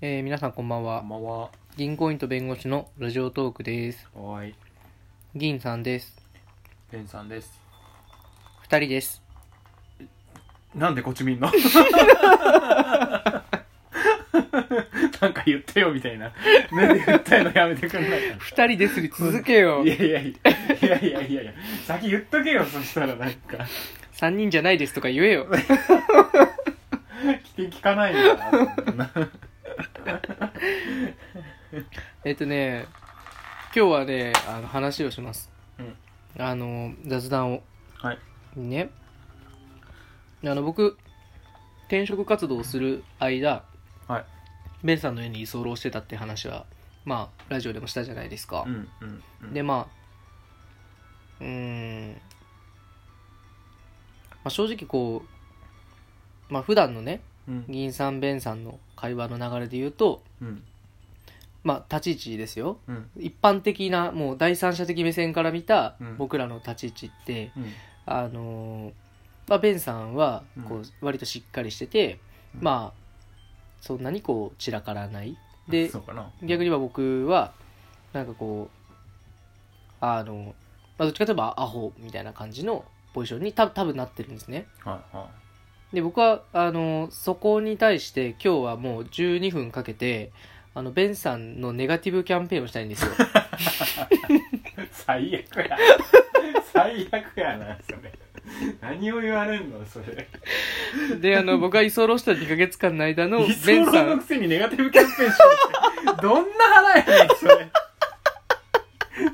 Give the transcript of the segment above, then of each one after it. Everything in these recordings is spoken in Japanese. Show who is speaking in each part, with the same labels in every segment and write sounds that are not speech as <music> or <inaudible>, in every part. Speaker 1: えー皆さんこんばん
Speaker 2: こ
Speaker 1: は
Speaker 2: んばんは。
Speaker 1: 銀行員と弁護士のラジオトークです
Speaker 2: おーい。
Speaker 1: 銀さんです
Speaker 2: ペンさんです。
Speaker 1: 二人です
Speaker 2: なんでこっち見んのなんか言ってよみたいな。目で言ったいのやめてくんないか
Speaker 1: 二人ですり続けよ
Speaker 2: な。いやいやいやいやいやいや先言っとけよ、そしたらなんか。
Speaker 1: 三人じゃないですとか言えよ
Speaker 2: 聞いて聞かないんだな。
Speaker 1: えっとね今日はねあの話をします、
Speaker 2: うん
Speaker 1: あの雑談を
Speaker 2: はい。
Speaker 1: ねあの僕転職活動をする間
Speaker 2: はい。
Speaker 1: ベンさんの家に居候してたって話はまあラジオでもしたじゃないですか、
Speaker 2: うんうんうん。
Speaker 1: でまあうーん、まあ、正直こうまあ普段のね
Speaker 2: うん。
Speaker 1: 銀さん弁さんの会話の流れで言うと
Speaker 2: うん。
Speaker 1: まあ立ち位置ですよ
Speaker 2: うん。
Speaker 1: 一般的なもう第三者的目線から見た
Speaker 2: うん
Speaker 1: 僕らの立ち位置って、
Speaker 2: うん。
Speaker 1: あのーまあ弁さんはこ
Speaker 2: う
Speaker 1: うん割としっかりしてて、
Speaker 2: うん
Speaker 1: まあそんなにこう散らからないで
Speaker 2: そうかな。
Speaker 1: 逆に言えば僕はなんかこうあの、まあ、どっちかといえばアホみたいな感じのポジションにた多分なってるんですね
Speaker 2: はいは
Speaker 1: で僕はあのそこに対して今日はもう12分かけてあのベンさんのネガティブキャンペーンをしたいん
Speaker 2: <laughs>
Speaker 1: ですよ
Speaker 2: い。最悪や。最悪やな、それ。何を言われんの、それ。
Speaker 1: であの僕が居候した2ヶ月間の間の
Speaker 2: 理想
Speaker 1: ベンさ
Speaker 2: 論の
Speaker 1: ん
Speaker 2: くせにネガティブキャンペーンしようってどんな腹やねんそれ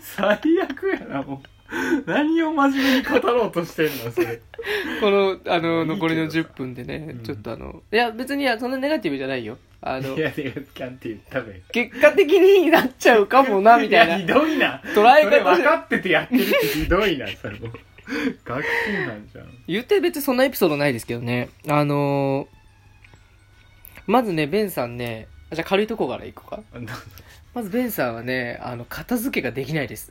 Speaker 2: 最悪やなもう何を真面目に語ろうとしてんのそれ
Speaker 1: このあ
Speaker 2: い
Speaker 1: の
Speaker 2: いけど
Speaker 1: 残りの10分でね
Speaker 2: うん
Speaker 1: ちょっとあのいや別にそんなネガティブじゃないよあの
Speaker 2: いやネガティブキャンって言ったべ
Speaker 1: 結果的になっちゃうかもなみたいな
Speaker 2: やひどいな
Speaker 1: 捉え
Speaker 2: それ
Speaker 1: 方
Speaker 2: 分
Speaker 1: で
Speaker 2: かっててやってるってひどいなそれもう学習なんじゃん
Speaker 1: 言って別にそんなエピソードないですけどね。あのーまずね、ベンさんね、あじゃあ軽いとこから行こうか。
Speaker 2: あどうぞ
Speaker 1: まずベンさんはね、あの、片付けができないです。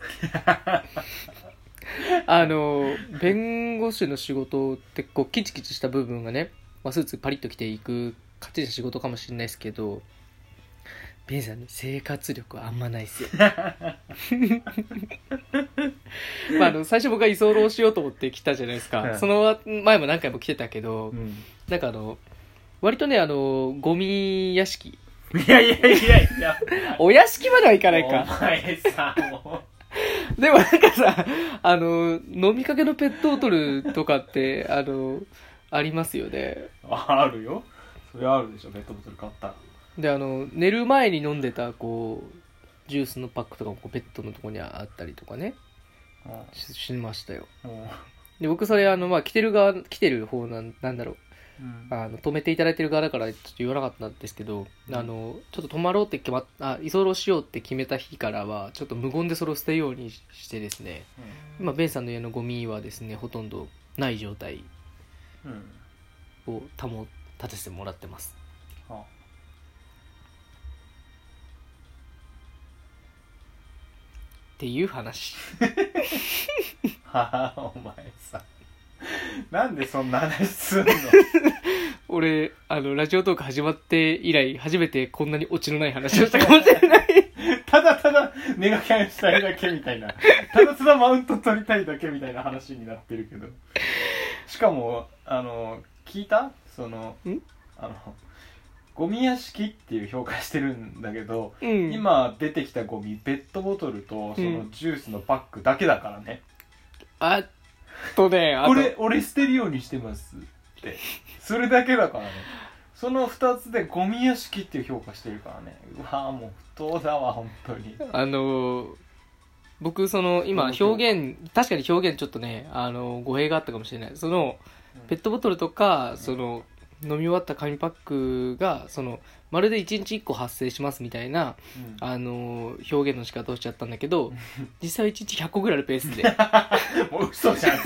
Speaker 1: <laughs> あのー弁護士の仕事ってこう、キチキチした部分がね、まあ、スーツパリッと着ていく、かっちりした仕事かもしれないですけど、ベンさんね、生活力あんまないですよ。 <laughs> まあ、あの、最初僕が居候しようと思って来たじゃないですか。
Speaker 2: はい
Speaker 1: その前も何回も来てたけど、
Speaker 2: うん
Speaker 1: なんかあの、割とね、あの、ゴミ屋敷。
Speaker 2: いやいやいやいや
Speaker 1: お屋敷まではいかないか。
Speaker 2: お前さも
Speaker 1: でもなんかさ、あの、飲みかけのペットボトルとかって、あの、ありますよね。
Speaker 2: うあるよそれあるでしょペットボトル買ったら
Speaker 1: で、あの、寝る前に飲んでた、こう、ジュースのパックとかもこうベッドのとこにあったりとかね、ししましたよ。
Speaker 2: うん
Speaker 1: で、僕それ、あの、まあ、来てる側、来てる方なん、なんだろう。
Speaker 2: うん
Speaker 1: あの止めていただいてる側だからちょっと言わなかったんですけど、
Speaker 2: うん
Speaker 1: あのちょっと泊まろうって決まっあ居候しようって決めた日からはちょっと無言でそれを捨てようにしてですね今ベンさんの家のゴミはですねほとんどない状態
Speaker 2: うん
Speaker 1: を保たせてもらってます
Speaker 2: あ
Speaker 1: っていう話
Speaker 2: は <laughs> あ、お前さ。なんでそんな話すんの
Speaker 1: 俺あのラジオトーク始まって以来初めてこんなにオチのない話をしたかもしれない
Speaker 2: ただただ、ネガキャンしたいだけみたいな。ただただマウント取りたいだけみたいな話になってるけど。しかも、あの、聞いたその
Speaker 1: ん、
Speaker 2: あの、ゴミ屋敷っていう評価してるんだけど、
Speaker 1: うん
Speaker 2: 今出てきたゴミ、ペットボトルとそのジュースのパックだけだからね。
Speaker 1: あとねあと
Speaker 2: これ、俺捨てるようにしてますって。それだけだからね。その二つでゴミ屋敷っていう評価してるからね。うわぁ、もう不当だわ、本当に。
Speaker 1: あのー僕その今
Speaker 2: そう
Speaker 1: 表現確かに表現ちょっとねあのー語弊があったかもしれないその
Speaker 2: うん
Speaker 1: ペットボトルとかその飲み終わった紙パックがそのまるで1日1個発生しますみたいな
Speaker 2: うん
Speaker 1: あのー表現の仕方をしちゃったんだけ <laughs> ど実際は1日100個ぐらいのペースで
Speaker 2: もう嘘じゃん。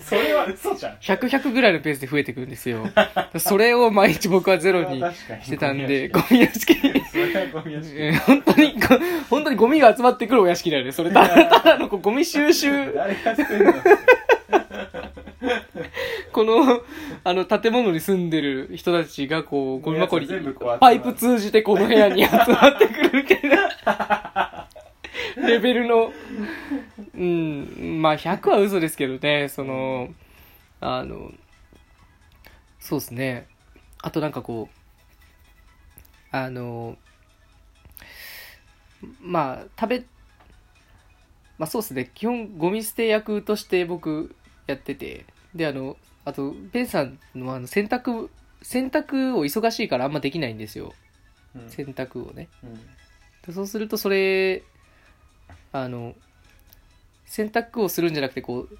Speaker 2: それは嘘じゃん。
Speaker 1: 100100ぐらいのペースで増えてくるんですよそれを毎日僕はゼロ
Speaker 2: <laughs>
Speaker 1: にしてたんでゴ
Speaker 2: ゴ
Speaker 1: ミ屋敷に
Speaker 2: ミ屋敷それはゴミ屋
Speaker 1: <laughs>
Speaker 2: 敷。
Speaker 1: えー本当にこ本当にゴミが集まってくるお屋敷だよねそれただただのこうゴミ収集
Speaker 2: 誰が捨てるの
Speaker 1: <laughs> この、あの、建物に住んでる人たちが、こう、ゴミ箱に、
Speaker 2: 全部こう集まる
Speaker 1: パイプ通じてこの部屋に集まってくるみたい
Speaker 2: <laughs>
Speaker 1: な、レベルの、うん、まあ、100は嘘ですけどね、その、あの、そうですね。あとなんかこう、あの、まあ、食べ、まあそうですね、基本ゴミ捨て役として僕やってて、で、あの、あと、ベンさんのあの洗濯、洗濯を忙しいからあんまできないんですよ。
Speaker 2: うん
Speaker 1: 洗濯をね。
Speaker 2: うん
Speaker 1: でそうするとそれあの洗濯をするんじゃなくてこう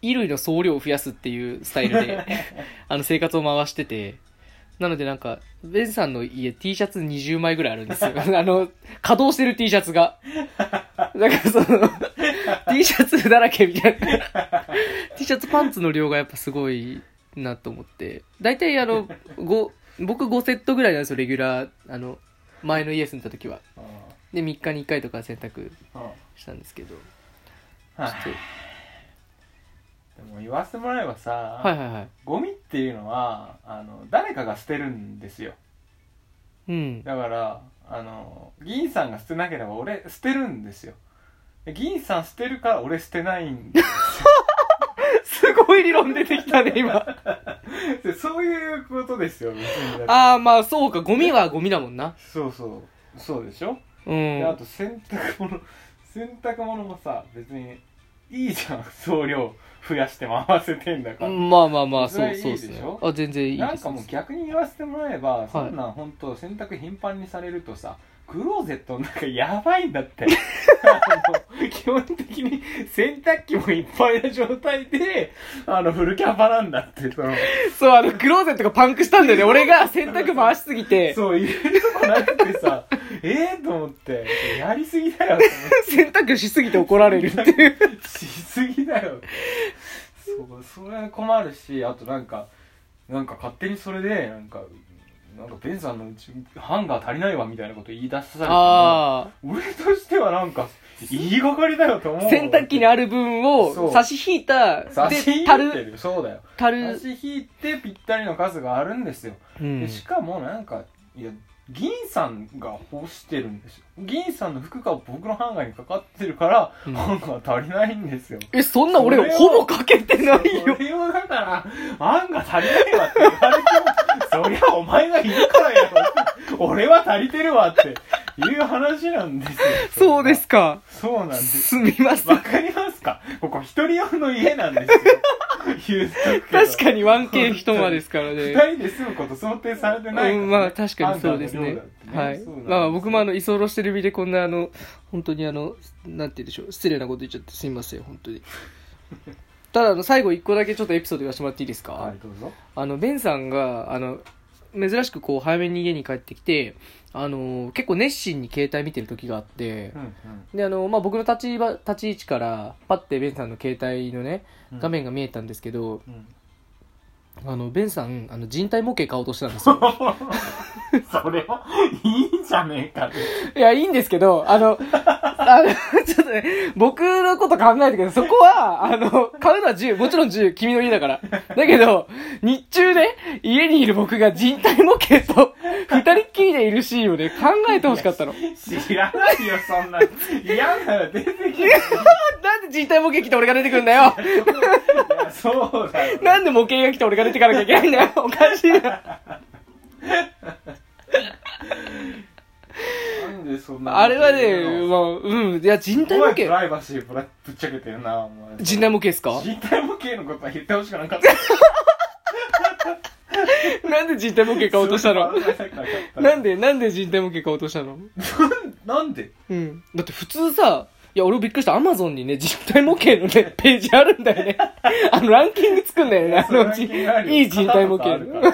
Speaker 1: 衣類の総量を増やすっていうスタイルであの生活を回しててなのでなんかベンさんの家 T シャツ20枚ぐらいあるんですよあの稼働してる T シャツがだからその T シャツだらけみたいな T シャツパンツの量がやっぱすごいなと思って大体あのご僕5セットぐらいなんですよレギュラーあの前の家住んだ時は
Speaker 2: あ
Speaker 1: で3日に1回とか洗濯
Speaker 2: ああ
Speaker 1: したんですけどち
Speaker 2: あ
Speaker 1: ょっ
Speaker 2: はいでも言わせてもらえばさ、
Speaker 1: とはいはいはい
Speaker 2: ゴミっていうのはあの誰かが捨てるんですよ
Speaker 1: うん
Speaker 2: <laughs> だからあの議員さんが捨てなければ俺捨てるんですよで議員さん捨てるから俺捨てないんです
Speaker 1: すごい理論出てきたね今
Speaker 2: でそういうことですよ別にだから
Speaker 1: <laughs> ああまあそうかゴミはゴミだもんな
Speaker 2: そうそうそうでしょ、
Speaker 1: う
Speaker 2: であ
Speaker 1: ん
Speaker 2: と洗濯物洗濯物もさ別にいいじゃん総量増やして回せてんだから、
Speaker 1: まあまあまあ
Speaker 2: そ
Speaker 1: そう
Speaker 2: れ
Speaker 1: そうです
Speaker 2: いいで
Speaker 1: ね
Speaker 2: しょ
Speaker 1: あ全然いい
Speaker 2: な
Speaker 1: で
Speaker 2: ん
Speaker 1: す
Speaker 2: かもう逆に言わせてもらえば、そんなん本当洗濯頻繁にされるとさクローゼットの中やばいんだっ
Speaker 1: <laughs>
Speaker 2: てあの基本的に洗濯機もいっぱいな状態であのフルキャパなんだってその
Speaker 1: そうあのクローゼットがパンクしたんだよね俺が洗濯回しすぎて
Speaker 2: <laughs> そう入れるとこなくてさええと思ってやりすぎだよと思って
Speaker 1: 洗濯しすぎて怒られるっていう
Speaker 2: <laughs> しすぎだよそうそれは困るしあとなんかなんか勝手にそれでなんかなんかベンさんのうちハンガー足りないわみたいなこと言い出されても
Speaker 1: あ
Speaker 2: 俺としてはなんか言いがかりだよと思
Speaker 1: あ
Speaker 2: う
Speaker 1: 洗濯機にある分
Speaker 2: そ
Speaker 1: を
Speaker 2: う
Speaker 1: 差し引いた
Speaker 2: 差
Speaker 1: で
Speaker 2: し引いて
Speaker 1: たる
Speaker 2: るよそうだよ
Speaker 1: た
Speaker 2: 差
Speaker 1: る
Speaker 2: し引いてぴったりの数があるんですよ、
Speaker 1: うん
Speaker 2: でしかもなんかいや銀さんが干してるんですよ銀さんの服が僕のハンガーにかかってるから、
Speaker 1: うん
Speaker 2: ハンガー足りないんですよ
Speaker 1: えそんな俺
Speaker 2: それは
Speaker 1: ほぼかけてないよ
Speaker 2: それをだから、あんが足りないわって言われても、そりゃお前がいるからやろ。俺は足りてるわっていう話なんですよ。
Speaker 1: そうで。すか
Speaker 2: そうなんです。
Speaker 1: すみません
Speaker 2: わかりますかここ一人用の家なんですよ。言うとくけど
Speaker 1: 確かに 1K 一間ですからね。
Speaker 2: 二人で住むこと想定されてないらね
Speaker 1: うん、まあ確かにそうです
Speaker 2: 判
Speaker 1: ね
Speaker 2: 断の量だ
Speaker 1: は
Speaker 2: って
Speaker 1: い
Speaker 2: そうなんです
Speaker 1: まあ僕もあの居候してる身でこんなあの本当にあのなんて言うんでしょう失礼なこと言っちゃってすみません本当
Speaker 2: <laughs>
Speaker 1: にただあの最後一個だけちょっとエピソード言わせてもらっていいですか、
Speaker 2: はい、どうぞ。
Speaker 1: あのベンさんがあの珍しくこう早めに家に帰ってきてあの結構熱心に携帯見てる時があって
Speaker 2: うん、
Speaker 1: であの、まあ、僕の立ち場立ち位置からパッてベンさんの携帯のね
Speaker 2: うん
Speaker 1: 画。面が見えたんですけど、
Speaker 2: うん。 <laughs>
Speaker 1: あのベンさんあの人体模型買おうとしてたんですよ <laughs>
Speaker 2: それは、いいじゃねえかって。
Speaker 1: いや、いいんですけど、あの、あの、 <laughs> ちょっとね、僕のこと考えてください。そこは、あの、買うのは自由。もちろん自由。君の家だから。だけど、日中ね、家にいる僕が人体模型と二人っきりでいるシーンをね、考えてほしかったの。
Speaker 2: 知らないよ、そんな。嫌なら出てきて。い
Speaker 1: <laughs> なんで人体模型来て俺が出てくるんだよ。
Speaker 2: や、そうだよ。
Speaker 1: なんで模型が来て俺が出てかなきゃいけないんだよ。おかしいな。
Speaker 2: なんでそんな。
Speaker 1: あれはね、まあ、うん。いや、人体模
Speaker 2: 怖いプ
Speaker 1: 型。
Speaker 2: ライバシーぶらぶっちゃけてるな、お前。
Speaker 1: 人体模型ですか
Speaker 2: 人体模型のことは言ってほしくなかった。
Speaker 1: なんで人体模型買おうとしたの
Speaker 2: な
Speaker 1: なんで、なんで人体模型買おうとしたの
Speaker 2: なんで
Speaker 1: うん。だって普通さ、いや、俺びっくりした。アマゾンにね、人体模型のね、ページあるんだよ
Speaker 2: <laughs>
Speaker 1: ね。あの、ランキングつくんだよね。あ
Speaker 2: それ
Speaker 1: の、
Speaker 2: は
Speaker 1: じ
Speaker 2: 気になるよ
Speaker 1: いい人体模
Speaker 2: 型
Speaker 1: 型。
Speaker 2: とかあるから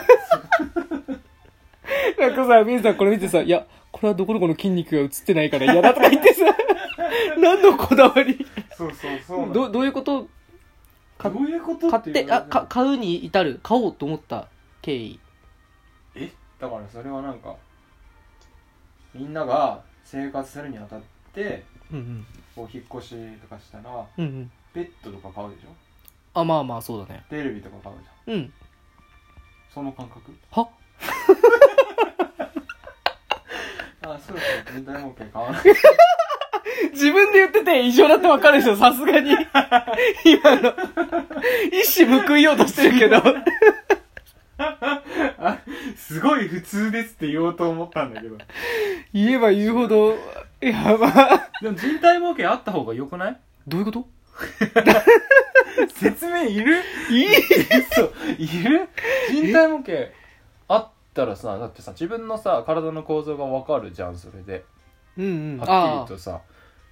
Speaker 1: なんかさ、みんさんこれ見てさ、いや、これはどこどこの筋肉が映ってないから嫌だとか言って
Speaker 2: <laughs>
Speaker 1: さ、何のこだわり
Speaker 2: そうそうそう。
Speaker 1: ど、どういううこと
Speaker 2: どういうこと
Speaker 1: 買って、
Speaker 2: 言わ
Speaker 1: あ、
Speaker 2: れ
Speaker 1: か、買うに至る、買おうと思った経緯。
Speaker 2: えだからそれはなんか、みんなが生活するにあたって、
Speaker 1: うん
Speaker 2: こう引っ越しとかしたら、
Speaker 1: うん。うんうん。
Speaker 2: ベッドとか買うでしょ
Speaker 1: あまあまあそうだね
Speaker 2: テレビとか買うじゃん
Speaker 1: うん
Speaker 2: その感覚
Speaker 1: は
Speaker 2: あそうか全体模型買わない
Speaker 1: <laughs> 自分で言ってて異常だってわかるでしょさすが <laughs> に今の一矢報いようとしてるけど
Speaker 2: あ <laughs> すごい普通ですって言おうと思ったんだけど
Speaker 1: 言えば言うほどやば
Speaker 2: でも人体模型あった方がよくない
Speaker 1: どういうこと
Speaker 2: 説明いる
Speaker 1: いい
Speaker 2: <laughs> そういる人体模型あったらさだってさ自分のさ体の構造がわかるじゃんそれで
Speaker 1: うんうん
Speaker 2: は
Speaker 1: あ
Speaker 2: っき
Speaker 1: あ
Speaker 2: りとさ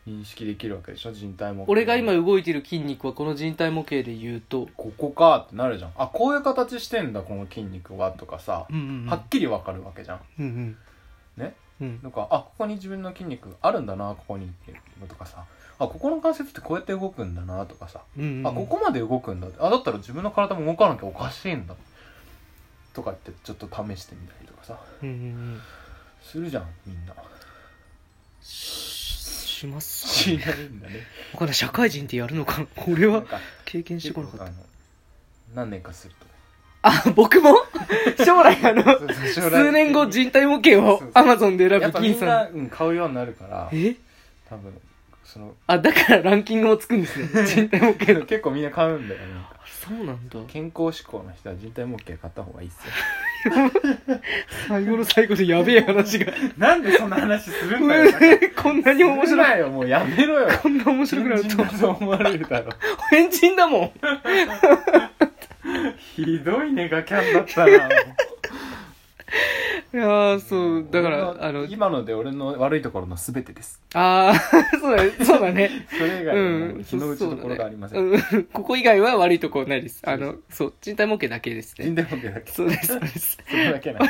Speaker 2: 認識できるわけでしょ人体模型
Speaker 1: 俺が今動いてる筋肉はこの人体模型で言うと
Speaker 2: ここかってなるじゃんあこういう形してんだこの筋肉はとかさ
Speaker 1: うんうんうん
Speaker 2: はっきりわかるわけじゃん
Speaker 1: うんうん
Speaker 2: ね
Speaker 1: うん
Speaker 2: なんかあここに自分の筋肉あるんだなここにっていうのとかさあここの関節ってこうやって動くんだなとかさ
Speaker 1: うんうん
Speaker 2: あここまで動くんだあだったら自分の体も動かなきゃおかしいんだとかってちょっと試してみたりとかさ
Speaker 1: うんうんうん
Speaker 2: するじゃんみんな
Speaker 1: ししますか
Speaker 2: し
Speaker 1: ね
Speaker 2: ないんだね
Speaker 1: わかんない社会人ってやるのかな俺
Speaker 2: な
Speaker 1: は
Speaker 2: んか
Speaker 1: 経験してこなかった
Speaker 2: あの何年かすると
Speaker 1: あ僕 <laughs> も将来あの
Speaker 2: そうそう将来
Speaker 1: 数年後人体模型を
Speaker 2: そうそう
Speaker 1: アマゾンで
Speaker 2: や
Speaker 1: 選
Speaker 2: っ
Speaker 1: ぶ
Speaker 2: ぱみ
Speaker 1: 金
Speaker 2: ん
Speaker 1: さん
Speaker 2: な、うん、買うようになるから
Speaker 1: え
Speaker 2: 多分その
Speaker 1: あだからランキングもつくん <laughs> ですね人体模型の
Speaker 2: 結構みんな買うんだよね
Speaker 1: あそうなんだ
Speaker 2: 健康志向の人は人体模型買った方がいいっすよ
Speaker 1: 最後の最後でやべえ話 <laughs> が
Speaker 2: なんでそんな話するんだよ
Speaker 1: <laughs> こんなに面
Speaker 2: する
Speaker 1: 白い
Speaker 2: なよもうやめろよ
Speaker 1: こんな面白くなる
Speaker 2: 変
Speaker 1: と
Speaker 2: 人だと思われるだろ
Speaker 1: 変人だもん
Speaker 2: ひどいネガキャンだったない
Speaker 1: やーそうだからあの
Speaker 2: 今ので俺の悪いところの全てです
Speaker 1: ああ <laughs> そうだねそうだね
Speaker 2: それ以
Speaker 1: う
Speaker 2: 外の
Speaker 1: ん
Speaker 2: 日の打ち
Speaker 1: そう
Speaker 2: どころがありません、
Speaker 1: そうだねうんここ以外は悪いところないですあのそう人体模型だけですね
Speaker 2: 人体模型だけ
Speaker 1: そうですそうです
Speaker 2: それだけなの